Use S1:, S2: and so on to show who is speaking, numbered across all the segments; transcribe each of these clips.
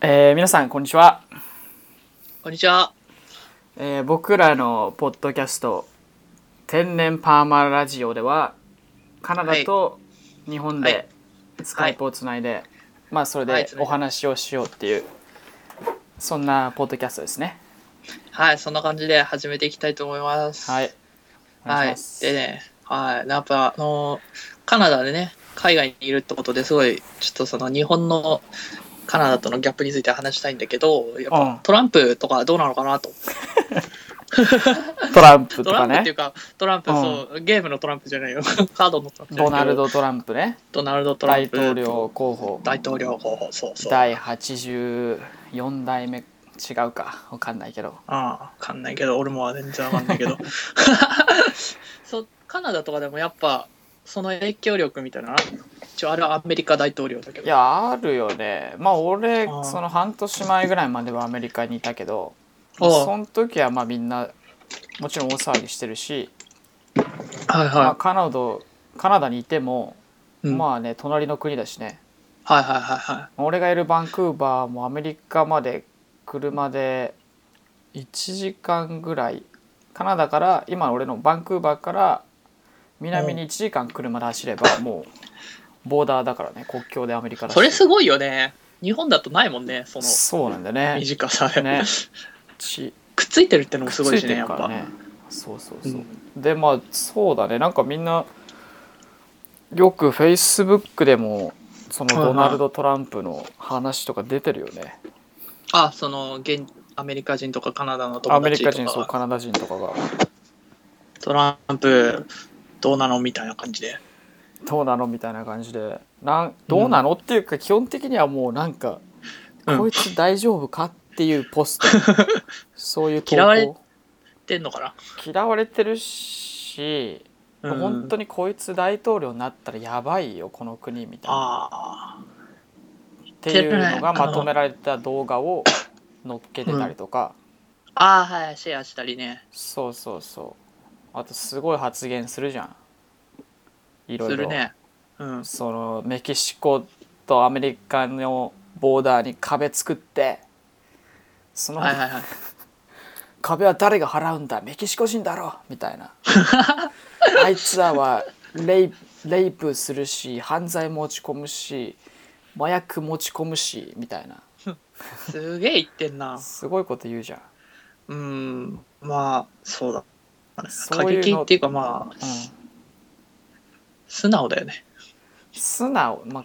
S1: えー皆さんこんにちは、
S2: こんにちは。
S1: えー僕らのポッドキャスト「天然パーマラジオ」ではカナダと日本
S2: は
S1: で
S2: い
S1: スカイプをつないで、まあそれ
S2: はい
S1: で
S2: つない
S1: お
S2: で
S1: 話をしようっていうそんなポッドキャストですね
S2: はい、そんな感じで始めていきたいと思います。
S1: はいお願
S2: はい
S1: し
S2: い
S1: ま。す
S2: でね、はい。やっぱ、あの、カナダでね、海外にいるってことですごい、ちょっとその日本のカナダとのギャップについて話したいんだけど、やっぱ、
S1: うん
S2: トランプとかどうなのかなと。
S1: トランプと
S2: トラ
S1: か
S2: ンプってい
S1: ね
S2: うか、トランプ、そう、ゲームのトランプじゃないよ。 カードのトランプじゃ
S1: ド
S2: な
S1: ナ
S2: いけど
S1: ル。ド・トランプね
S2: ドナルド・トラ
S1: 大
S2: ンプ。
S1: 統領候補
S2: 大統領候補、そうそう。
S1: 第84代目違うかわかんないけど
S2: ああ、わかんないけど、俺も全然わかんないけど。 そう、カナダとかでもやっぱ、その影響力みたいな、一応あれはアメリカ大統領だけ
S1: い
S2: ど。
S1: やあるよねまあ俺
S2: あー
S1: その半年前ぐらいまではアメリカにいたけど
S2: おう
S1: その時はまあみんなもちろん大騒ぎしてるし、
S2: はい
S1: まあ、
S2: は
S1: カナダカナダにいても、
S2: い。うん
S1: まあね隣の国だしね
S2: はいはいはいは
S1: 俺がいるバンクーバーもアメリカまで車で1時間ぐらいカナダから今俺のバンクーバーから南に1時間車で走ればもうボーダーだからね国境でアメリカ
S2: い。
S1: だし
S2: それすごいよね。日本だとないもんね、その
S1: そうなんだよね
S2: 短さで。
S1: ねち
S2: くっついてるってのもすごい
S1: くっつ
S2: しね、やっ
S1: か
S2: ぱ。、
S1: らねそうそうそううんでまあそうだねなんかみんなよくフェイスブックでもその
S2: はいは
S1: ド
S2: い
S1: ナルド・トランプの話とか出てるよね
S2: あ、その、現アメリカ人とかカナダの
S1: ア
S2: 友
S1: メリ
S2: 達
S1: カ
S2: と
S1: 人
S2: か
S1: そうカナダ人とかが
S2: トランプどうなのみたいな感じで。
S1: どうなのみたいな感じでなんどうなの、っていうか基本的にはもうなんか、
S2: うん
S1: こいつ大丈夫かっていうポ ストそういう投稿
S2: 嫌われってんのかな
S1: 嫌われてるし、
S2: うん
S1: 本当にこいつ大統領になったらやばいよこの国みたいな
S2: ああ。
S1: っていうのがまとめられた動画を載っけてたりとか、
S2: ああ、はい、シェアしたりね。
S1: そうそうそうあとすごい発言するじゃんいろい
S2: す
S1: ろ、
S2: るね。うん。
S1: そのメキシコとアメリカのボーダーに壁作ってその
S2: はいはいはい。
S1: 壁は誰が払うんだメキシコ人だろみたい なあいつらはレイレイプするし犯罪持ち込むし麻薬持ち込むしみたいな
S2: すげえ言ってんな。
S1: すごいこと言うじゃん、
S2: うん。まあ、そうだ。
S1: そ
S2: 過
S1: ういうの
S2: 激っていうかま
S1: う
S2: あ、
S1: ん、
S2: 素直だよね。
S1: 素直、まあ、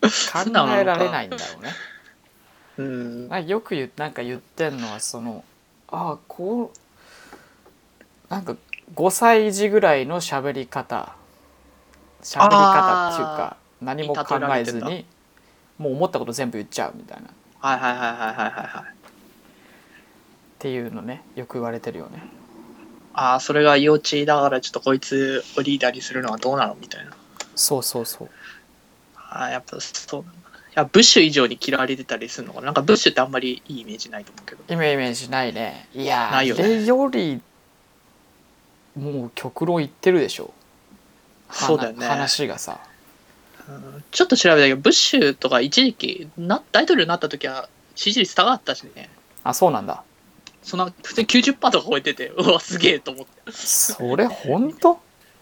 S1: 考
S2: 素直なのか
S1: えられ ないんだろうね
S2: うん。
S1: なんかよく言うなんか言ってんのはそのああこうなんか5歳児ぐらいの喋り方喋り方っていうか何も考えず
S2: に例えられ
S1: にもう思ったこと全部言っちゃうみたいなっ
S2: はいはいはいはいはいはいはい。
S1: ていうのねよく言われてるよね
S2: ああ、それが幼稚だからちょっとこいつをリーダーにするのはどうなのみたいな。
S1: そうそうそう
S2: ああ、やっぱそうなんだ。いや、ブッシュ以上に嫌われてたりするのかな。なんかブッシュってあんまりいいイメージないと思うけど。
S1: イメージないねいやー
S2: ないよね
S1: あれよりもう極論言ってるでしょ
S2: そうだよね
S1: 話話がさ
S2: うんちょっと調べたけど、ブッシュとか一時期、な大統領になった時は支持率高かったしね。
S1: あそうなんだ
S2: そんな、普通に90%とか超えてて、うわ、すげえと思って。
S1: それ本当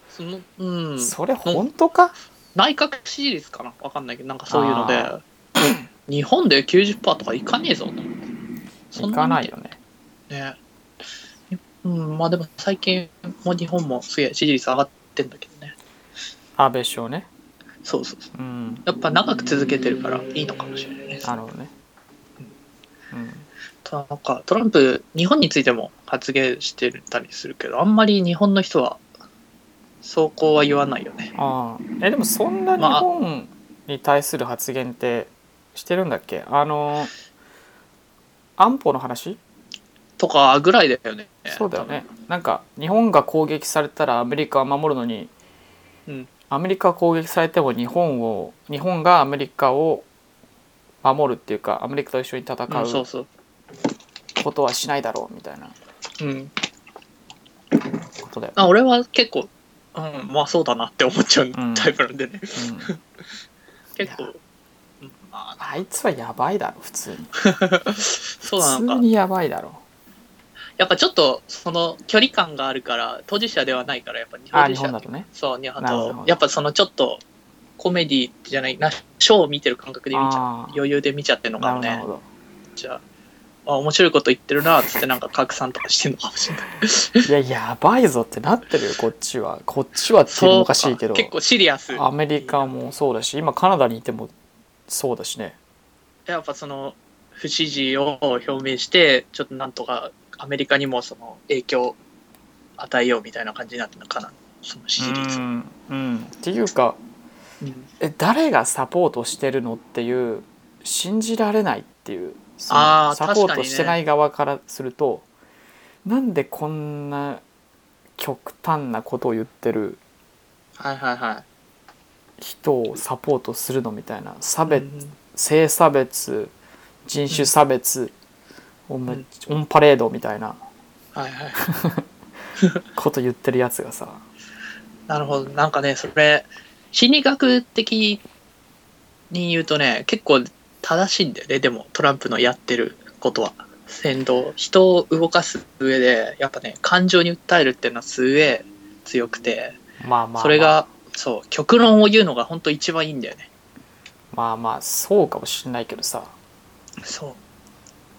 S2: その、うん。
S1: それ本当か
S2: 内閣支持率かなわかんないけどなんかそういうので
S1: あ
S2: 日本で90%とかいかねえぞそ
S1: い
S2: んな
S1: か
S2: に
S1: ないよね
S2: ねうんまあでも最近もう日本もすげえ支持率上がってんだけどね
S1: 安倍首相ね
S2: そうそうそう
S1: うん
S2: やっぱ長く続けてるからいいのかもしれないね
S1: なるほどねうん
S2: となんかトランプ日本についても発言してたりするけどあんまり日本の人はそうこうは言わないよね
S1: ああえでもそんな日
S2: まあ
S1: 本に対する発言ってしてるんだっけあの安保の話
S2: とかぐらいだよね
S1: そうだよねなんか日本が攻撃されたらアメリカは守るのに
S2: うん
S1: アメリカが攻撃されても日本を日本がアメリカを守るっていうかアメリカと一緒に戦
S2: うんそう
S1: う
S2: そう
S1: ことはしないだろうみたいな
S2: うん
S1: こと だよね
S2: あ俺は結構、うん、まあそうだなって思っちゃう
S1: うん
S2: タイプなんでね、
S1: うん
S2: 結構うんな
S1: あいつはやばいだろ普通に
S2: そうな
S1: 普通
S2: のか
S1: にやばいだろ
S2: やっぱちょっとその距離感があるから当事者ではないからやっぱ日
S1: あ
S2: 本
S1: 日
S2: 人
S1: 本だとね
S2: そう日本
S1: なるほど
S2: とやっぱそのちょっとコメディじゃないなショーを見てる感覚で見ちゃう
S1: あ
S2: 余裕で見ちゃってるの
S1: あな
S2: かも
S1: るほどな
S2: ね
S1: るほど
S2: じゃああ面白いこと言ってるなっつってなんか拡散とかしてんのかもし れない
S1: いややばいぞってなってるよこっちはこっちはっていうのも
S2: そう
S1: おかしいけど
S2: か結構シリアス
S1: アメリカもそうだし今カナダにいてもそうだしね
S2: やっぱその不支持を表明してちょっとなんとかアメリカにもその影響を与えようみたいな感じになってるのかなその支持率
S1: う、ん、うん、っていうか
S2: うん
S1: え誰がサポートしてるのっていう信じられないっていうその
S2: あー
S1: サポー
S2: 確
S1: ト
S2: かにね
S1: してない側からすると、なんでこんな極端なことを言ってる
S2: はいはいはい
S1: 人をサポートするのみたいな差別、
S2: うん
S1: 性差別人種差別、オンオンパレードみたいな
S2: はいはい
S1: こと言ってるやつがさ
S2: なるほど。なんかね、それ、心理学的に言うとね、結構正しいんだよね、でも、トランプのやってることは。先導、人を動かす上で、やっぱね、感情に訴えるっていうのはすげえ強くて、
S1: まあまあ、まあ、
S2: それが、そう、極論を言うのが本当一番いいんだよね。
S1: まあまあそうかもしれないけどさ
S2: そう。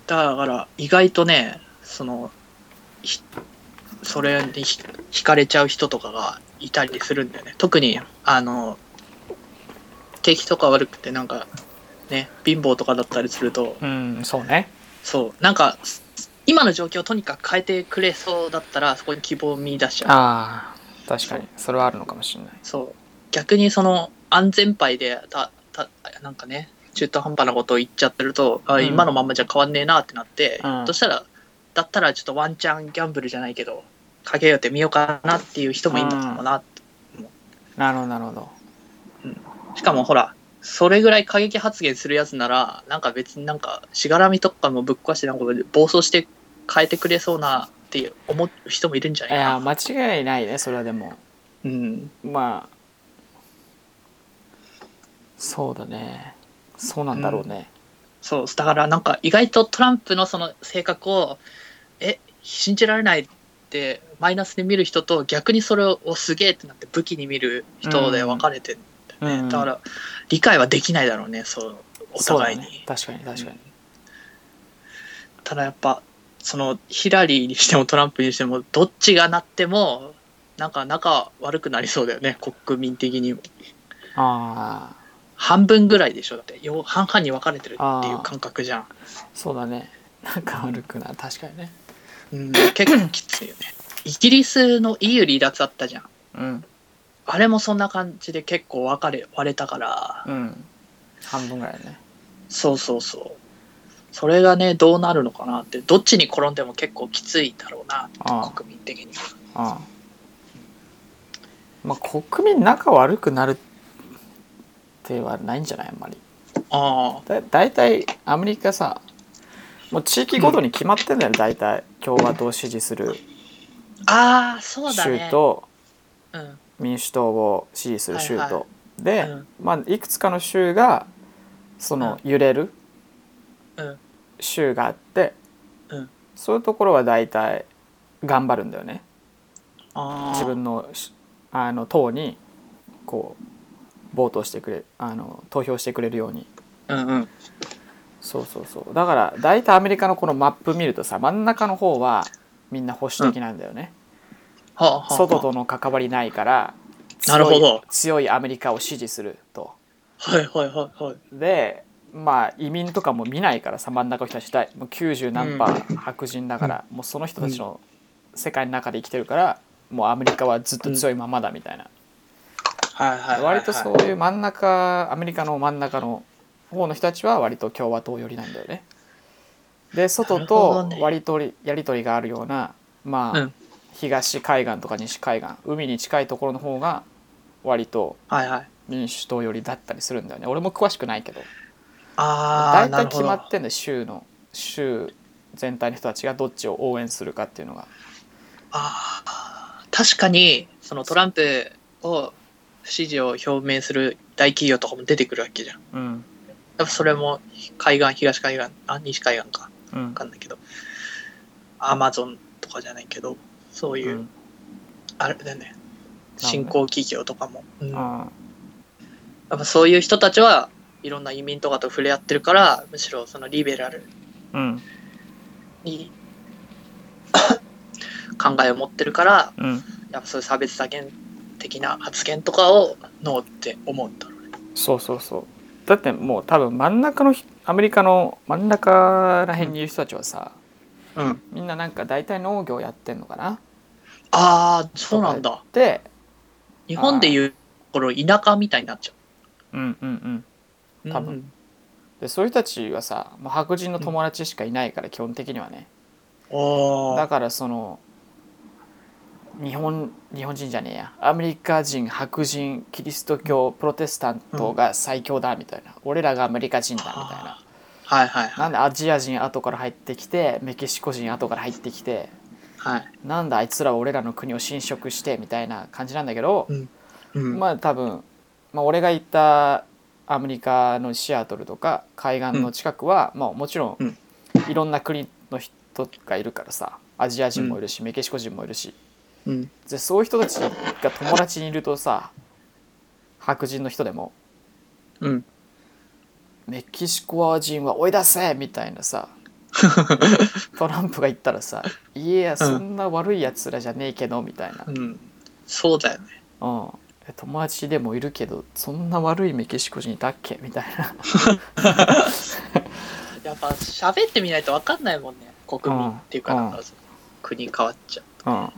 S2: だから、意外とね、その、ひそれにひ惹かれちゃう人とかがいたりするんだよね。特に、あの、景気とか悪くて、なんか、ね、貧乏とかだったりすると、
S1: うんそうね
S2: そう、なんか、す今の状況をとにかく変えてくれそうだったら、そこに希望を見出しちゃう。
S1: ああ確かにそれはあるのかもしれない
S2: そう。逆にその、安全牌で、た、た、なんかね、中途半端なことを言っちゃってると、あ
S1: うん
S2: 今のまんまじゃ変わんねえなってなって、
S1: うん
S2: そしたら、だったらちょっとワンチャンギャンブルじゃないけど、かけようってみようかなっていう人もいるのかもな。
S1: なるほどなるほど
S2: しかもほら、それぐらい過激発言するやつなら、なんか別になんか、しがらみとかもぶっ壊して、なんか暴走して変えてくれそうなって思う人もいるんじゃ
S1: い
S2: ない
S1: や
S2: かな。
S1: 間違いないねそれはでも
S2: うん。
S1: まあそうだねそうなんだろうね、
S2: そう、だからなんか意外とトランプのその性格を、え、信じられないってマイナスで見る人と逆にそれをすげえってなって武器に見る人で分かれてる、
S1: うん
S2: だから理解はできないだろうね、そう、お
S1: そうだ
S2: 互い
S1: ね
S2: に。
S1: 確かに確かに、
S2: ただやっぱそのヒラリーにしてもトランプにしてもどっちがなってもなんか仲悪くなりそうだよね国民的にも
S1: あ
S2: 半分ぐらいでしょだってよ半々に分かれてるっていう感覚じゃん、
S1: あそうだねなんか悪くな確かにね
S2: うん、結構きついよねイギリスの EU 離脱あったじゃん
S1: うん
S2: あれもそんな感じで結構分かれ割れたから
S1: うん半分ぐらいね
S2: そうそうそうそれがねどうなるのかなってどっちに転んでも結構きついだろうな
S1: あ
S2: 国民的に
S1: ああまあ国民仲悪くなるってはないんじゃないあんまり
S2: ああ
S1: だ大体アメリカさもう地域ごとに決まってんだよね大体共和党を支持する
S2: ああそうだ
S1: 州
S2: ね
S1: と
S2: うん
S1: 民主党を支持する州
S2: はいは
S1: とで、
S2: うん
S1: まあ、いくつかの州がその揺れる
S2: うん
S1: 州があって、
S2: うん
S1: そういうところは大体頑張るんだよね
S2: ああ
S1: 自分のしあの党にこうボートしてくれあの投票してくれるように
S2: うんうん
S1: そうそうそうだから大体アメリカのこのマップ見るとさ真ん中の方はみんな保守的なんだよね、
S2: はあはあ
S1: 外との関わりないから
S2: なるほど
S1: 強い強いアメリカを支持すると
S2: はいはいはいはい
S1: でまあ移民とかも見ないからさ真ん中の人たち大もう90何パー白人だから、もうその人たちの世界の中で生きてるから、もうアメリカはずっと強いままだみたいな、
S2: はいはいはいはい
S1: 割とそういう真ん中アメリカの真ん中の方の人たちは割と共和党寄りなんだよね。で外
S2: なる
S1: と
S2: ほどね
S1: 割とりやり取りがあるようなまあ、
S2: うん
S1: 東海岸とか西海岸海に近いところの方が割と
S2: はいはい
S1: 民主党寄りだったりするんだよね俺も詳しくないけど
S2: ああ
S1: 大
S2: な
S1: 体
S2: るほ
S1: 決
S2: ど
S1: まってんだよ州の州全体の人たちがどっちを応援するかっていうのが。
S2: ああ確かにそのトランプを支持を表明する大企業とかも出てくるわけじゃん
S1: うん
S2: やっぱそれも海岸、東海岸、あ、西海岸か。
S1: う
S2: わ
S1: ん
S2: かんないけど、アマゾンとかじゃないけど、そういう、
S1: うん
S2: あれだよね、新興企業とかも。うんやっ
S1: あ
S2: ぱそういう人たちはいろんな移民とかと触れ合ってるから、むしろそのリベラル
S1: ーうん
S2: に 考えを持ってるから、
S1: うん
S2: やっぱそういう差別多元的な発言とかをノーって思うんだろうね。
S1: そうそうそうだってもう多分真ん中のひアメリカの真ん中らへんにいる人たちはさ、
S2: うん。
S1: みんななんか大体農業やってんのかな
S2: ああ、そうなんだ。
S1: で
S2: 日本でいうこの田舎みたいになっちゃ
S1: うんうんうん
S2: う。
S1: 多分
S2: うん。
S1: でそういう人たちはさもう白人の友達しかいないから、基本的にはね
S2: お
S1: だ
S2: ー
S1: からその日本日本人じゃねえやアメリカ人白人キリスト教プロテスタントが最強だみたいな、俺らがアメリカ人だみたいな
S2: あーはいはいはい。
S1: なんでアジア人後から入ってきてメキシコ人後から入ってきて
S2: はい。
S1: なんだあいつらは俺らの国を侵食してみたいな感じなんだけど、
S2: うん。
S1: まあ多分、まあ、俺が行ったアメリカのシアトルとか海岸の近くは、まあ、もちろ
S2: うんん
S1: いろんな国の人がいるからさアジア人もいるし、メキシコ人もいるし
S2: うん。
S1: でそういう人たちが友達にいるとさ白人の人でも
S2: うん。
S1: メキシコ人は追い出せみたいな さトランプが言ったらさ「いやそんな悪いやつらじゃねえけど」みたいな
S2: う、ん。そうだよね。
S1: うん、友達でもいるけどそんな悪いメキシコ人いたっけみたいな、
S2: やっぱ喋ってみないと分かんないもんね。国民っていうか、
S1: うん
S2: なんかその国変わっちゃう。
S1: うん、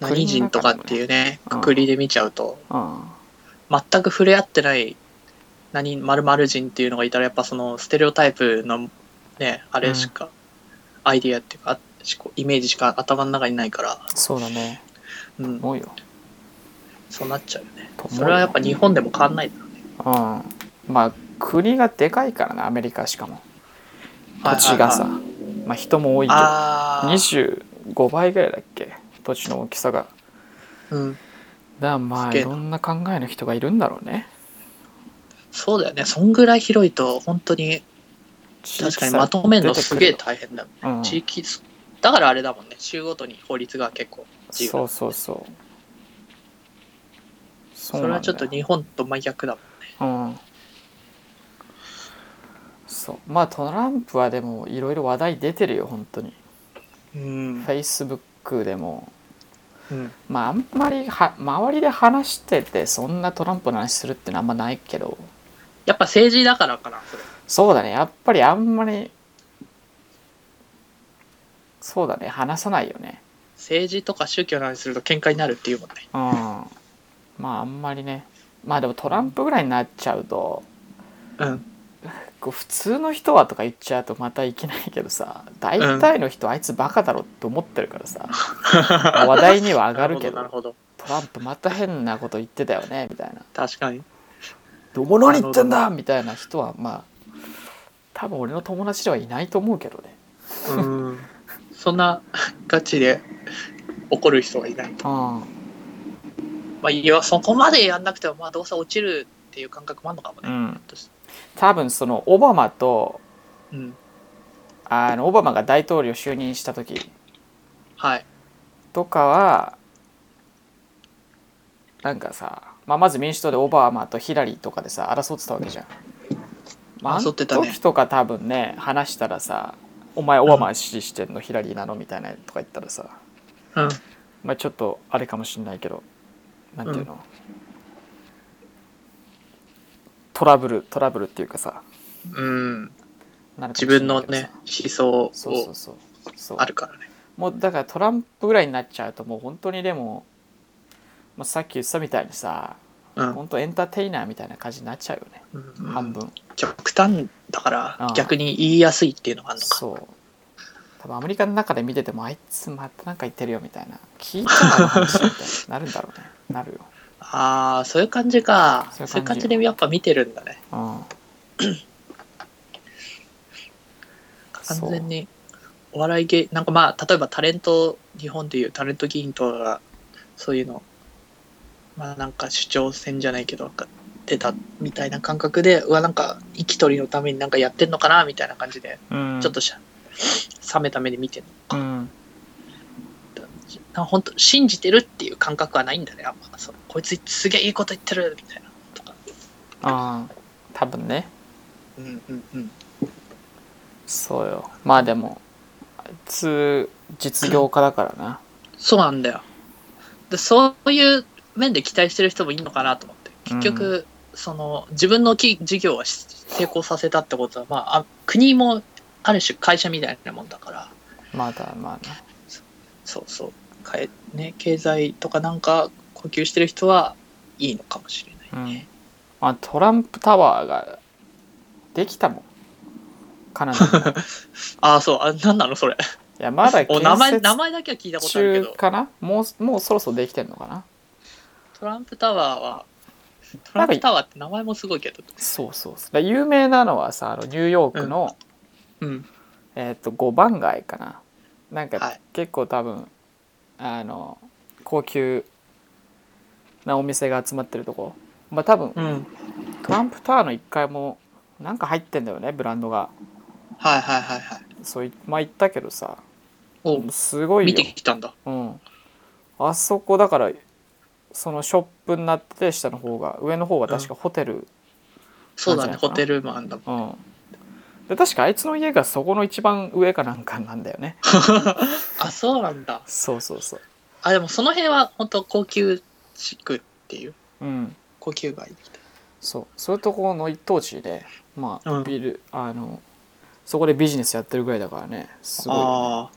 S2: 何人とかって
S1: う、
S2: いうね、
S1: うん
S2: くくりで見ちゃうと、
S1: うん、
S2: 全く触れ合ってない、何、〇〇人っていうのがいたら、やっぱそのステレオタイプのね、あれしか、アイディアっていうか、あ思考イメージしか頭の中にないから、
S1: そうだね
S2: うん、
S1: 思うよ、
S2: そうなっちゃうよね
S1: と。思うよ
S2: それはやっぱ日本でも変わんないだろうね。
S1: うん、まあ国がでかいからなアメリカしかも土地がさ、
S2: はいはいはい。
S1: まあ、人も多いけど
S2: ああ。
S1: 25倍ぐらいだっけ土地の大きさが。
S2: う
S1: だ
S2: ん。
S1: からまあ
S2: す
S1: い
S2: げえな
S1: ろんな考えの人がいるんだろうね
S2: そうだよね。そんぐらい広いと、本当に確かにまとめるのすげえ大変だ。
S1: 変、うん
S2: 地域す、だからあれだもんね。州ごとに法律が結構違う。
S1: そうそうそうそ
S2: そうれ
S1: なんだよ
S2: はちょっと日本と真逆だもん。
S1: うんそうまあトランプはでもいろいろ話題出てるよ本当に
S2: うん
S1: フ。ェイスブックでも
S2: うん。
S1: まああんまりは周りで話しててそんなトランプの話するってのはあんまないけど
S2: やっぱ政治だからかな、それ。
S1: そうだねやっぱりあんまりそうだね話さないよね
S2: 政治とか宗教の話すると喧嘩になるっていうもんね。
S1: うんまああんまりねまあでもトランプぐらいになっちゃうと
S2: うん。
S1: こう普通の人はとか言っちゃうとまたいけないけどさ大体の人あいつバカだろって思ってるからさ、話題には上がるけど
S2: なるほど。なるほど
S1: トランプまた変なこと言ってたよねみたいな
S2: 確かに。
S1: 「ども何言ってん
S2: な
S1: だ!」みたいな人はまあ多分俺の友達ではいないと思うけどね
S2: うん。そんなガチで怒る人はいない。
S1: うん
S2: まあ、いや、そこまでやんなくても、まあ、どうせ落ちるっていう感覚もあるのかもね。
S1: 多分そのオバマと
S2: うん。
S1: あのオバマが大統領就任した時
S2: はい。
S1: とかはなんかさ、まあ、まず民主党でオバマとヒラリーとかでさ争ってたわけじゃん。まあ、あの
S2: 争ってたね
S1: 時とか多分ね話したらさ「お前オバマ支持してんのヒラリーなの?」みたいなとか言ったらさ、
S2: うん。
S1: まあ、ちょっとあれかもしんないけどなんていうの、トラブルトラブルっていうかさ
S2: うん。
S1: なるかもし
S2: 自
S1: ん
S2: 分
S1: な
S2: の
S1: いけどさ
S2: ね、思想
S1: そうそう
S2: を
S1: そうそう
S2: あるからね。
S1: もうだからトランプぐらいになっちゃうともう本当にでも、まあ、さっき言ってたみたいにさ
S2: うん
S1: 本当エンターテイナーみたいな感じになっちゃうよね、
S2: うん。
S1: 半分
S2: 極端だか
S1: あ
S2: ら
S1: あ、
S2: 逆に言いやすいっていうのがあるのか。
S1: そう多分アメリカの中で見ててもあいつまたなんか言ってるよみたいな聞いたらあの話みたいになるんだろう ねなるよ、
S2: ああ、そういう感じか。
S1: そういう感じ
S2: そういう感じでやっぱ見てるんだね。
S1: うん、そう
S2: 完全に。お笑い芸、なんかまあ、例えばタレント、日本でいうタレント議員とかが、そういうの、まあなんか主張戦じゃないけど、なんかってたみたいな感覚で、うわ、なんか、生きとりのためになんかやってんのかな、みたいな感じで、
S1: うん、
S2: ちょっとしゃ、冷めた目で見てる
S1: うん
S2: な本当信じてるっていう感覚はないんだねあんまそうこいつすげえいいこと言ってるみたいなとか
S1: ああ多分ね
S2: うんうんうん
S1: そうよまあでもあいつ実業家だからな
S2: そうなんだよでそういう面で期待してる人もいるのかなと思って結局、その自分のき事業はし成功させたってことは、まあ、あ国もある種会社みたいなもんだから
S1: まだまだ
S2: そうそうかえ、ね、経済とかなんか呼吸してる人はいいのかもしれないね、
S1: まあ、トランプタワーができたもんカ ナダにい
S2: ああそうあなんなのそれ
S1: やまだ
S2: お
S1: 建
S2: 名前名
S1: 設
S2: 前だけは聞いたことあるけ
S1: 中
S2: ど
S1: かなもうもうそろそろできてんのかな
S2: トランプタワーは、トランプタワーって名前もすごいけど。
S1: そうそうそうだ有名なのはさあのニューヨークの、
S2: うん。
S1: えー、と5番街かななんか、
S2: はい
S1: 結構多分あの高級なお店が集まってるとこまあ多分
S2: うん。
S1: トランプタワーの1階もなんか入ってんだよねブランドが
S2: はいはいはいはい。
S1: そういまあ言ったけどさ
S2: お
S1: すごいよ
S2: 見てきたんだ。
S1: うん、あそこだからそのショップになってて下の方が上の方は確かホテル、
S2: そうだね、
S1: なんじゃ
S2: ホ
S1: ないかな
S2: テルマンだもん。
S1: うんで確かあいつの家がそこの一番上かなんかなんだよね
S2: あ、そうなんだ。
S1: そうそうそう
S2: あ、でもその辺は本当高級地区っていう、
S1: うん
S2: 高級街でき
S1: そうそういうところの一等地でまあ、
S2: うん
S1: ビルあのそこでビジネスやってるぐらいだからねす
S2: た。
S1: ごいよね
S2: ああ、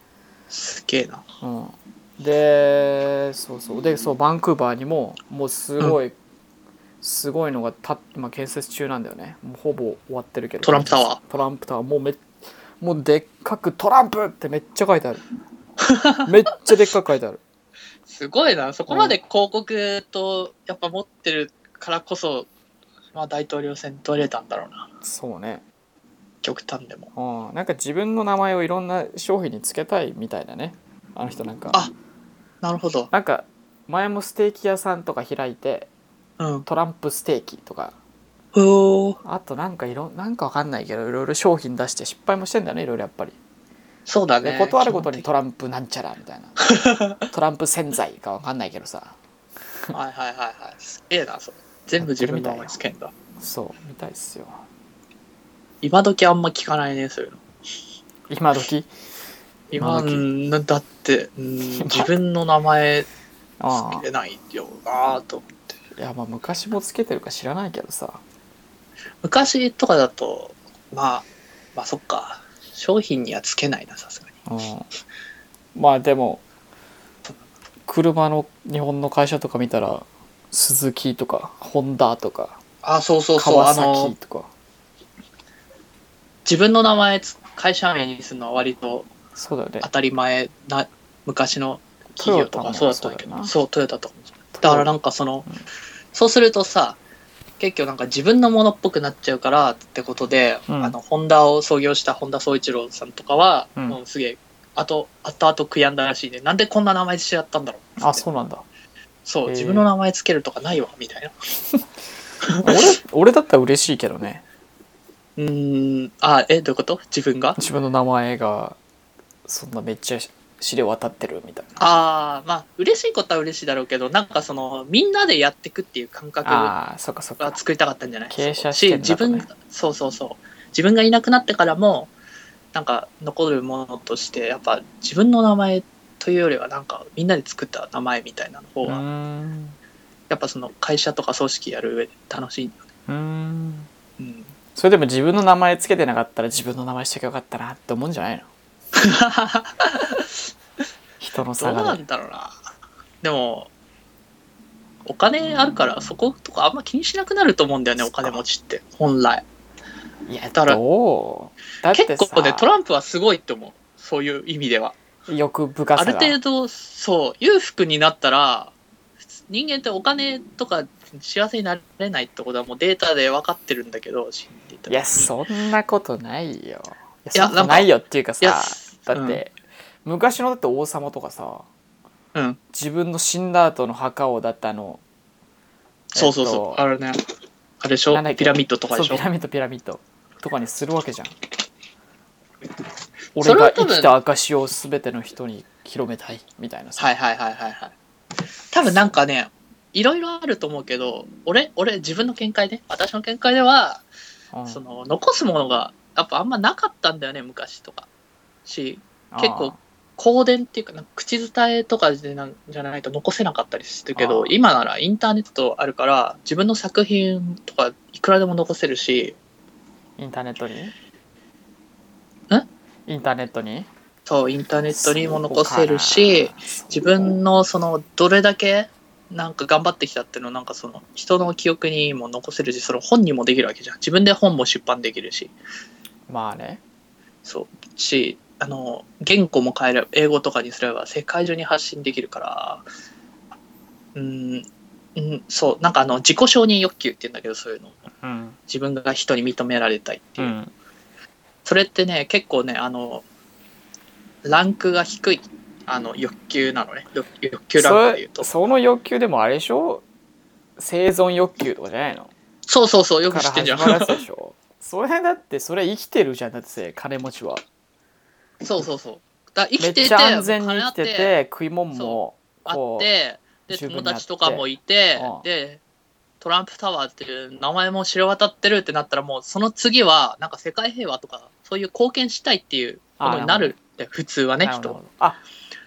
S2: すげえな。
S1: うん、でそうそうでそうバンクーバーにももうすごい、すごいのがた今建設中なんだよねもうほぼ終わってるけど
S2: トランプタワ
S1: トランプタワーもうめっもうでっかく「トランプ!」ってめっちゃ書いてある めっちゃでっかく書いてある
S2: すごいな。そこまで広告とやっぱ持ってるからこそ、まあ大統領選取れたんだろうな。
S1: そうね
S2: 極端でも。
S1: うんなんか自分の名前をいろんな商品につけたいみたいだねあの人なんか
S2: あなるほど。
S1: なんか前もステーキ屋さんとか開いて
S2: うん。
S1: トランプステーキとか
S2: おー
S1: あとなんかいろなんかわかんないけどいろいろ商品出して失敗もしてんだよねいろいろやっぱり
S2: そうだ
S1: で
S2: ね。
S1: 断ることにトランプなんちゃらみたいなトランプ洗剤かわかんないけどさ
S2: はいはいはいはい。すげえな、それ。全部自分の名前つけんだ。
S1: そうみたいっすよ
S2: 今時あんま聞かないね、そういうの。
S1: 今時
S2: 今
S1: 今時
S2: うんなだって、うん自分の名前つ
S1: あ
S2: けないよなぁと。
S1: あいやまあ昔もつけてるか知らないけどさ
S2: 昔とかだと、まあ、まあそっか。商品にはつけないな、さすがに。
S1: うんまあでも車の日本の会社とか見たらスズキとかホンダとか
S2: あ、そうそうそう。
S1: 川
S2: あの
S1: 崎、とか
S2: 自分の名前つ、会社名にするのは割と
S1: そうだよね
S2: 当たり前な、昔の企業とか
S1: ト
S2: そう
S1: ヨ
S2: だっ
S1: タもそう
S2: たけ
S1: だよ
S2: ど、
S1: な
S2: そう、トヨタとかもだからなんかその、そうするとさ、結局なんか自分のものっぽくなっちゃうからってことで、
S1: うん
S2: あの、ホンダを創業した本田宗一郎さんとかは、
S1: うん
S2: もうすげえ、あと、あとあと悔やんだらしいね。なんでこんな名前しちゃったんだろう
S1: あそうなんだ
S2: そ
S1: へ
S2: う、
S1: え
S2: 自分の名前つけるとかないわ、みたいな。
S1: 俺俺だったら嬉しいけどね
S2: うーん、あ、え、どういうこと自分が
S1: 自分の名前がそんなめっちゃ知れ渡ってるみたいな
S2: ああ、まあ、嬉しいことは嬉しいだろうけど、なんかその、みんなでやってくっていう感覚
S1: ああそっかそっか
S2: が作りたかったんじゃない
S1: 傾斜
S2: し
S1: してん
S2: 自
S1: だとね
S2: 分そうそうそう自分がいなくなってからもなんか残るものとしてやっぱ自分の名前というよりはなんかみんなで作った名前みたいなの方
S1: う
S2: が、
S1: ーん
S2: やっぱその会社とか組織やる上で楽しい、
S1: うーん
S2: うん、
S1: それでも自分の名前つけてなかったら自分の名前しときゃよかったなって思うんじゃないの人の
S2: ど
S1: 差
S2: うな
S1: が、
S2: んだろうなでもお金あるからそことかあんま気にしなくなると思うんだよね
S1: そ
S2: お
S1: っか
S2: 金持ちって本来
S1: いや
S2: だから
S1: どうだって
S2: 結
S1: さ
S2: 構ねトランプはすごいと思うそういう意味では
S1: 欲深
S2: あ
S1: さ
S2: る
S1: が
S2: 程度そう裕福になったら普通人間ってお金とか幸せになれないってことはもうデータで分かってるんだけど知っていた
S1: いやそんなことないよい
S2: いや
S1: やそんなことないよっていうか
S2: いや
S1: さだって、昔のだって王様とかさ
S2: うん
S1: 自分の死んだ後の墓をだったの
S2: そうそうそう、
S1: えっと
S2: あれねあれでしょ
S1: なんだっけ
S2: ピラミッドとかでし
S1: そう
S2: ょ
S1: ピラミッドピラミッドとかにするわけじゃん
S2: そ
S1: 俺
S2: れ
S1: が
S2: は多
S1: 生
S2: 分
S1: きた証を全ての人に広めたいみたいなさ、
S2: はいはいはいはいはい。多分なんかね、いろいろあると思うけど、俺、俺自分の見解ね、私の見解では、
S1: うん
S2: その残すものがやっぱあんまなかったんだよね、昔とか。し、結構公伝っていうか、なんか口伝えとかでなんじゃないと残せなかったりするけ
S1: あ
S2: ど
S1: ー、
S2: 今ならインターネットあるから、自分の作品とかいくらでも残せるし、
S1: あーインターネットにん
S2: ん
S1: インターネットに
S2: そう、インターネットにも残せるし、自分のそのどれだけなんか頑張ってきたっていうのをなんかその人の記憶にも残せるしその本にもできるわけじゃん自分で本も出版できるし
S1: まあね
S2: そうしあの言語も変えれば英語とかにすれば世界中に発信できるからうんうんそうなんかあの自己承認欲求って言うんだけどそういうの
S1: うん
S2: 自分が人に認められたいって
S1: う
S2: いう、
S1: ん
S2: それってね結構ねあのランクが低いあの欲求なのね欲欲求ランクで言うと
S1: そその欲求でもあれでしょ生存欲求とかじゃないの
S2: そうそうそう、よく
S1: か
S2: 知
S1: ら
S2: ってんじ
S1: 始
S2: ゃん。
S1: まるやつでしょそれだってそれ生きてるじゃんだって金持ちは
S2: そうそうそう。だか
S1: め
S2: ら生き
S1: って
S2: て、
S1: ちゃ安全に生きて
S2: 金あって
S1: 食い物も
S2: あ
S1: こ
S2: っ
S1: う
S2: て、で、
S1: 十分
S2: 友
S1: になって
S2: 達とかもいて
S1: うん、
S2: で、トランプタワーっていう名前も知れ渡ってるってなったら、もうその次は、なんか世界平和とか、そういう貢献したいっていうものになるって、普通はね、
S1: なるほ
S2: 人
S1: どあ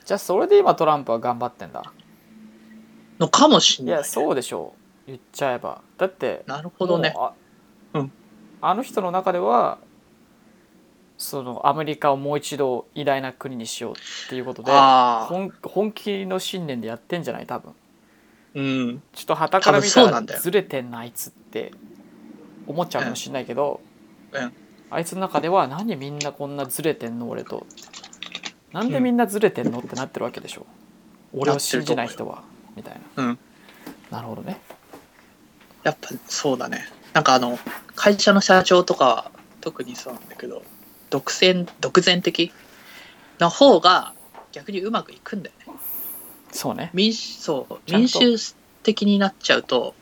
S1: じゃあそれで今トランプは頑張ってんだ
S2: のかもし
S1: い
S2: れな
S1: や
S2: い。
S1: そうでしょう言っちゃえばだって
S2: なるほどね。
S1: もうあ
S2: うん
S1: あの人の中ではそのアメリカをもう一度偉大な国にしようっていうことで
S2: ああ、
S1: 本本気の信念でやってんじゃない多分
S2: うん。
S1: ちょっと旗から見た
S2: 多分そうなんだ
S1: ら
S2: よ
S1: ずれてんなあいつって思っちゃうかもしんないけど、
S2: うんうん
S1: あいつの中では何みんなこんなずれてんの俺となんでみんなずれてんのってなってるわけでしょ、俺を信じない人はみたいな、
S2: うん
S1: なるほどね
S2: やっぱそうだね。なんかあの、会社の社長とかは特にそうなんだけど、独占、独善的な方が逆にうまくいくんだよね。
S1: そうね
S2: 民主、そう、
S1: ちゃん
S2: 民
S1: と
S2: 主的になっちゃうと、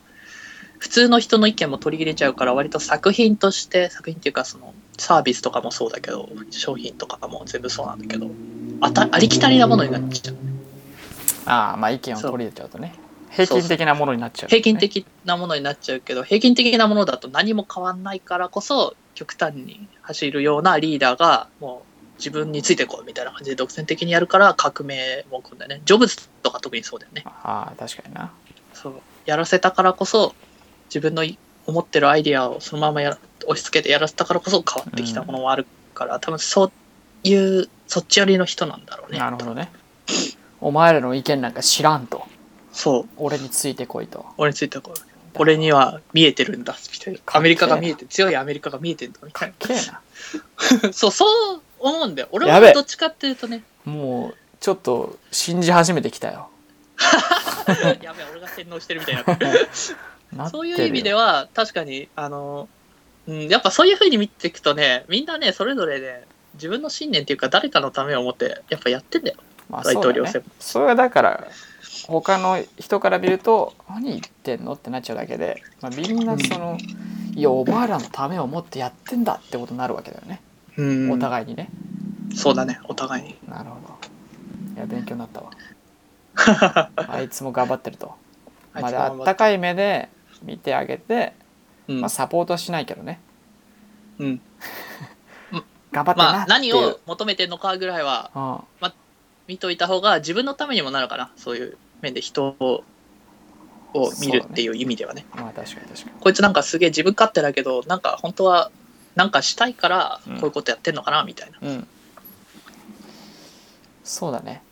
S2: 普通の人の意見も取り入れちゃうから、割と作品として、作品っていうかその、サービスとかもそうだけど、商品とかも全部そうなんだけど、あたありきたりなものになっちゃう。
S1: ああまあ意見を
S2: そう
S1: 取り入れちゃうとね平均的なものになっちゃう、ね、
S2: 平均的なものになっちゃうけど平均的なものだと何も変わんないからこそ極端に走るようなリーダーがもう自分についてこいみたいな感じで独占的にやるから革命も起こるんだよねジョブズとか特にそうだよね
S1: ああ確かにな
S2: そうやらせたからこそ自分の思ってるアイディアをそのままやら押し付けてやらせたからこそ変わってきたものもあるから、多分そういうそっち寄りの人なんだろうね
S1: なるほどねお前らの意見なんか知らんと
S2: そう
S1: 俺についてこいと
S2: 俺についてこい俺には見えてるんだみたいな
S1: かっけえな
S2: アメリカが見えて強いアメリカが見えてるんだみたいな
S1: けえな
S2: そう、そう思うんだよ。俺
S1: やべ
S2: は
S1: え
S2: どっちかってい うとね、
S1: もうちょっと信じ始めてきたよ
S2: やべえ、俺が洗脳してるみ たいな。
S1: なって
S2: そ
S1: る
S2: う
S1: よ
S2: いう意味では、確かに、あの、うん、やっぱそういうふうに見ていくとね、みんなね、それぞれね、自分の信念っていうか、誰かのためを思って、やっぱやってんだよ。
S1: まあ
S2: 大統領
S1: そうだ
S2: 選
S1: ね、それはだから他の人から見ると何言ってんのってなっちゃうだけで、まあ、みんなその、いやお前らのためを思ってやってんだってことになるわけだよね、
S2: うん
S1: お互いにね
S2: そうだね、お互い に。
S1: なるほどいや勉強になったわあいつも頑張ってるとまだあったかい目で見てあげて、
S2: うん
S1: まあ、サポートはしないけどね
S2: うん
S1: 頑張ってな
S2: まあ、
S1: ってい
S2: 何
S1: う、
S2: を求めてるのかぐらいは見といた方が自分のためにもなるかなそういう面で人をを見るっていう意味ではね
S1: うんまあ確かに確か
S2: こいつなんかすげえ自分勝手だけどなんか本当はなんかしたいから
S1: うん
S2: こういうことやってんのかなみたいな、
S1: にうんそうだね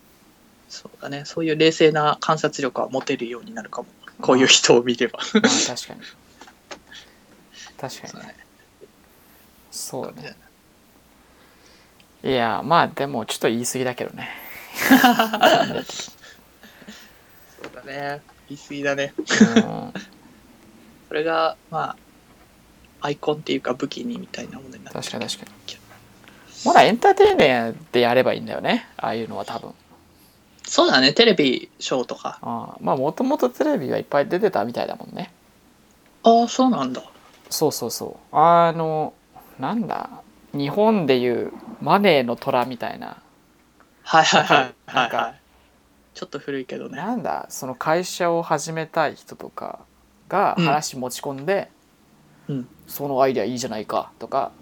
S2: そうだねそういう冷静な観察力は持てるようになるかもこういう人を見れば、
S1: まあ確かに確かにそうだねいやまあでもちょっと言い過ぎだけどね
S2: そうだね言い過ぎだね
S1: うん
S2: それがまあアイコンっていうか武器にみたいなものになる
S1: 確かに確かにほらエンターテイメントでやればいいんだよねああいうのは多分
S2: そうだねテレビショーとか
S1: ああまあもともとテレビはいっぱい出てたみたいだもんね
S2: ああそうなんだ
S1: そうそうそうあのなんだ日本でいうマネーの虎みたいな
S2: はいはいはい
S1: な
S2: は
S1: ん
S2: い
S1: か
S2: はいちょっと古いけどね
S1: なんだその会社を始めたい人とかが
S2: うん
S1: 話持ち込んで、
S2: うん
S1: そのアイデアいいじゃないかとか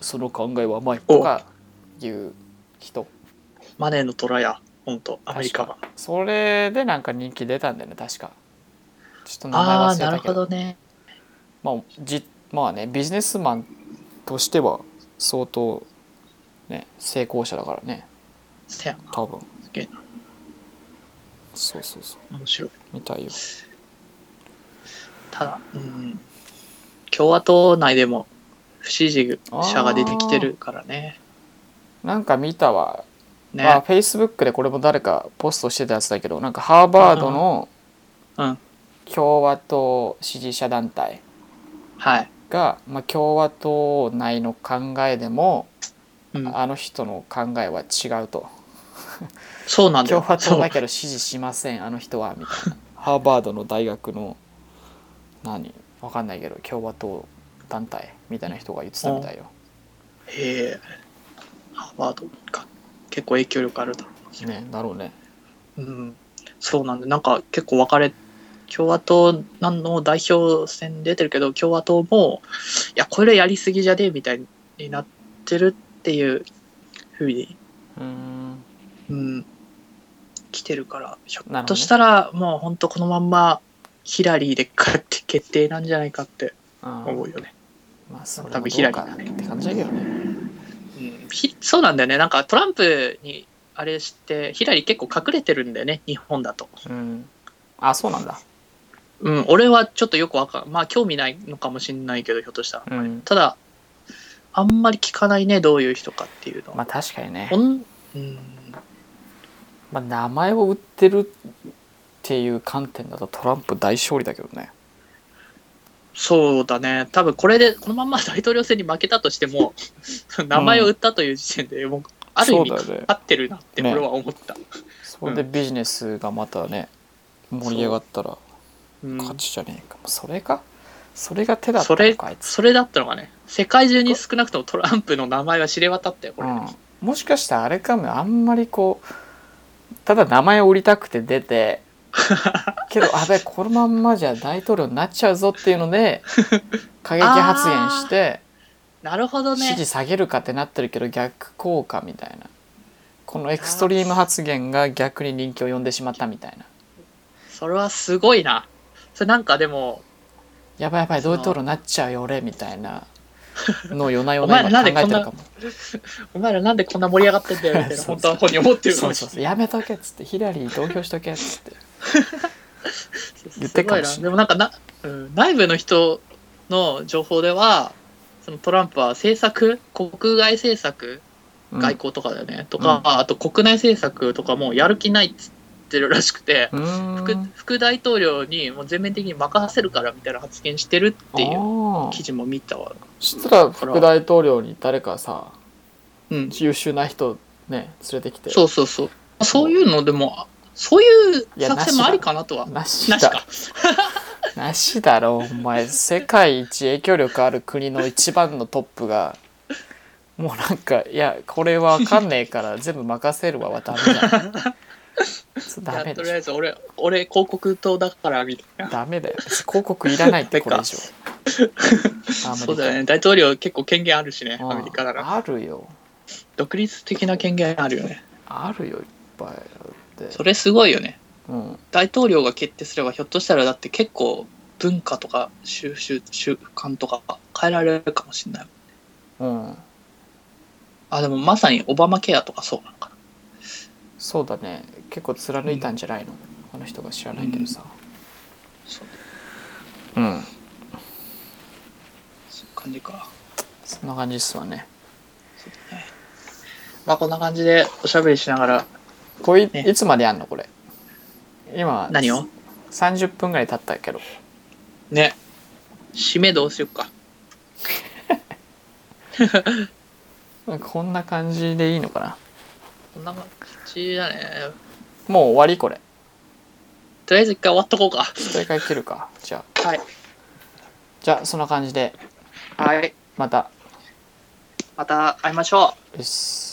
S1: その考えは甘いとかいう人
S2: マネーの虎やほんとアメリカ版
S1: それでなんか人気出たんだよね確かちょっと名前
S2: ああ
S1: 忘れ
S2: なる
S1: たけ
S2: ほ
S1: ど
S2: どね
S1: まあじまあねビジネスマンとしては相当ね成功者だからね
S2: せや
S1: 多分
S2: すげえな
S1: そうそうそう
S2: 面白い
S1: みたいよ
S2: ただうん共和党内でも不支持者が出てきてるからね
S1: なんか見たわ
S2: ね
S1: まあ、フェイスブックでこれも誰かポストしてたやつだけどなんかハーバードの
S2: うん
S1: 共和党支持者団体
S2: はい、
S1: が、まあ、共和党内の考えでも
S2: うん、
S1: あの人の考えは違うと
S2: そうなんだよ
S1: 共和党だ
S2: そう
S1: けど支持しませんあの人はみたいな ハーバードの大学の何わかんないけど共和党団体みたいな人が言ってたみたいよ
S2: へえハーバードか結構影響力あるだろ
S1: ねだろうね
S2: う、うん、そうなんでなんか結構分かれ共和党なんの代表選出てるけど共和党もいやこれやりすぎじゃねえみたいになってるっていうふうに、
S1: うーん
S2: うん、来てるからひょ
S1: なる
S2: っ
S1: ほど
S2: と
S1: ね
S2: したらもうほんとこのまんまヒラリーで勝って決定なんじゃないかって
S1: あ
S2: 思うよね、
S1: まあそれも
S2: 多
S1: ど
S2: 分ヒラ
S1: う
S2: リー
S1: か
S2: だ
S1: なっ
S2: ね
S1: て感じだけどね
S2: うん、ひそうなんだよねなんかトランプにあれしてヒラリー結構隠れてるんだよね日本だと
S1: うんあそうなんだ
S2: うん、俺はちょっとよくわかん、まあ興味ないのかもしれないけど、ひょっとしたら。
S1: うん
S2: ただ、あんまり聞かないね、どういう人かっていうの
S1: ま
S2: は。
S1: あ確かにね
S2: ほ、んうん、
S1: まあ、名前を売ってるっていう観点だとトランプ大勝利だけどね
S2: そうだね。多分これで、このまん ま大統領選に負けたとしても、名前を売ったという時点で、もう、ある意味、
S1: そうだよね
S2: 勝ってるなって、
S1: ね
S2: 俺は思った。
S1: それでビジネスがまたね盛り上がったら
S2: うん
S1: 勝ちじゃねえか、それがそれが手だった
S2: そ
S1: の
S2: れ
S1: かあい、つ、
S2: それだったのがね、世界中に少なくともトランプの名前は知れ渡ったよ、こ
S1: う
S2: れ。
S1: ん、もしかしたらあれかもよあんまりこうただ名前を売りたくて出 てけどあべこのまんまじゃ大統領になっちゃうぞっていうの で過激発言して
S2: なるほど
S1: 支
S2: ね
S1: 持。下げるかってなってるけど逆効果みたいなこのエクストリーム発言が逆に人気を呼んでしまったみたいな
S2: それはすごいな。それなんかでも、
S1: やばいやばい
S2: その
S1: 大統領になっちゃうよ俺みたいなのを夜な夜
S2: お
S1: な
S2: 前なん
S1: 今考え
S2: で
S1: てる
S2: こん
S1: かも
S2: お前らなんでこんな盛り上がってんだよみたいな、
S1: そうそう
S2: 本当は本人思ってるか
S1: そ
S2: も
S1: う
S2: し
S1: そ
S2: れ
S1: う
S2: な
S1: そうや
S2: い。
S1: めとけっつってヒラリー投票しとけっつって言っ
S2: す
S1: てっ
S2: ご
S1: かも
S2: な
S1: しれない
S2: でもなんかな、うん、内部の人の情報では、そのトランプは政策、国外政策、
S1: うん
S2: 外交とかだよね、とか、あと国内政策とかもやる気ないっつってるらしくて、
S1: うーん
S2: 副副大統領にもう全面的に任せるからみたいな発言してるっていう
S1: あー
S2: 記事も見たわ。
S1: そしたら副大統領に誰かさ
S2: うん。
S1: 優秀な人ね連れてきて
S2: そうそうそう。そういうのでも、そういう
S1: いや
S2: 作戦もありかなとは。
S1: なし
S2: なしか
S1: だ。なしだろお前世界一影響力ある国の一番のトップがもうなんかいやこれわかんねえから全部任せるわはダメ だそう
S2: い
S1: ダメ
S2: やと
S1: で
S2: りあ
S1: し
S2: えず俺、俺、広告塔だから、みたい
S1: ょ
S2: な。
S1: ダメだよ広告いらないってこれ以上アメリカ
S2: そうだよね。大統領結構権限あるしね、
S1: うん
S2: アメリカなら。
S1: あるよ
S2: 独立的な権限あるよね。
S1: あるよいっぱいあって
S2: それすごいよね。
S1: うん
S2: 大統領が決定すれば、ひょっとしたらだって結構文化とか習習習慣とか変えられるかもしれない。
S1: うん
S2: あ、でもまさにオバマケアとかそうなのかな。
S1: そうだね結構貫いたんじゃないの、あの人が知らないけどさ
S2: そ
S1: う
S2: う
S1: ん
S2: そういう感じか。
S1: そんな感じっすわね
S2: そうだね。まあこんな感じでおしゃべりしながら、
S1: これい,、
S2: ね
S1: いつまでやんのこれ今
S2: 何を
S1: 30分ぐらい経ったけど
S2: ね。締めどうしよっか。
S1: こんな感じでいいのかな
S2: こんな感じだね。
S1: もう終わりこれ
S2: とりあえず一回終わっとこうか。
S1: 一回切るかじゃあ
S2: はい。
S1: じゃあそんな感じで
S2: はい。
S1: また
S2: また会いましょう。
S1: です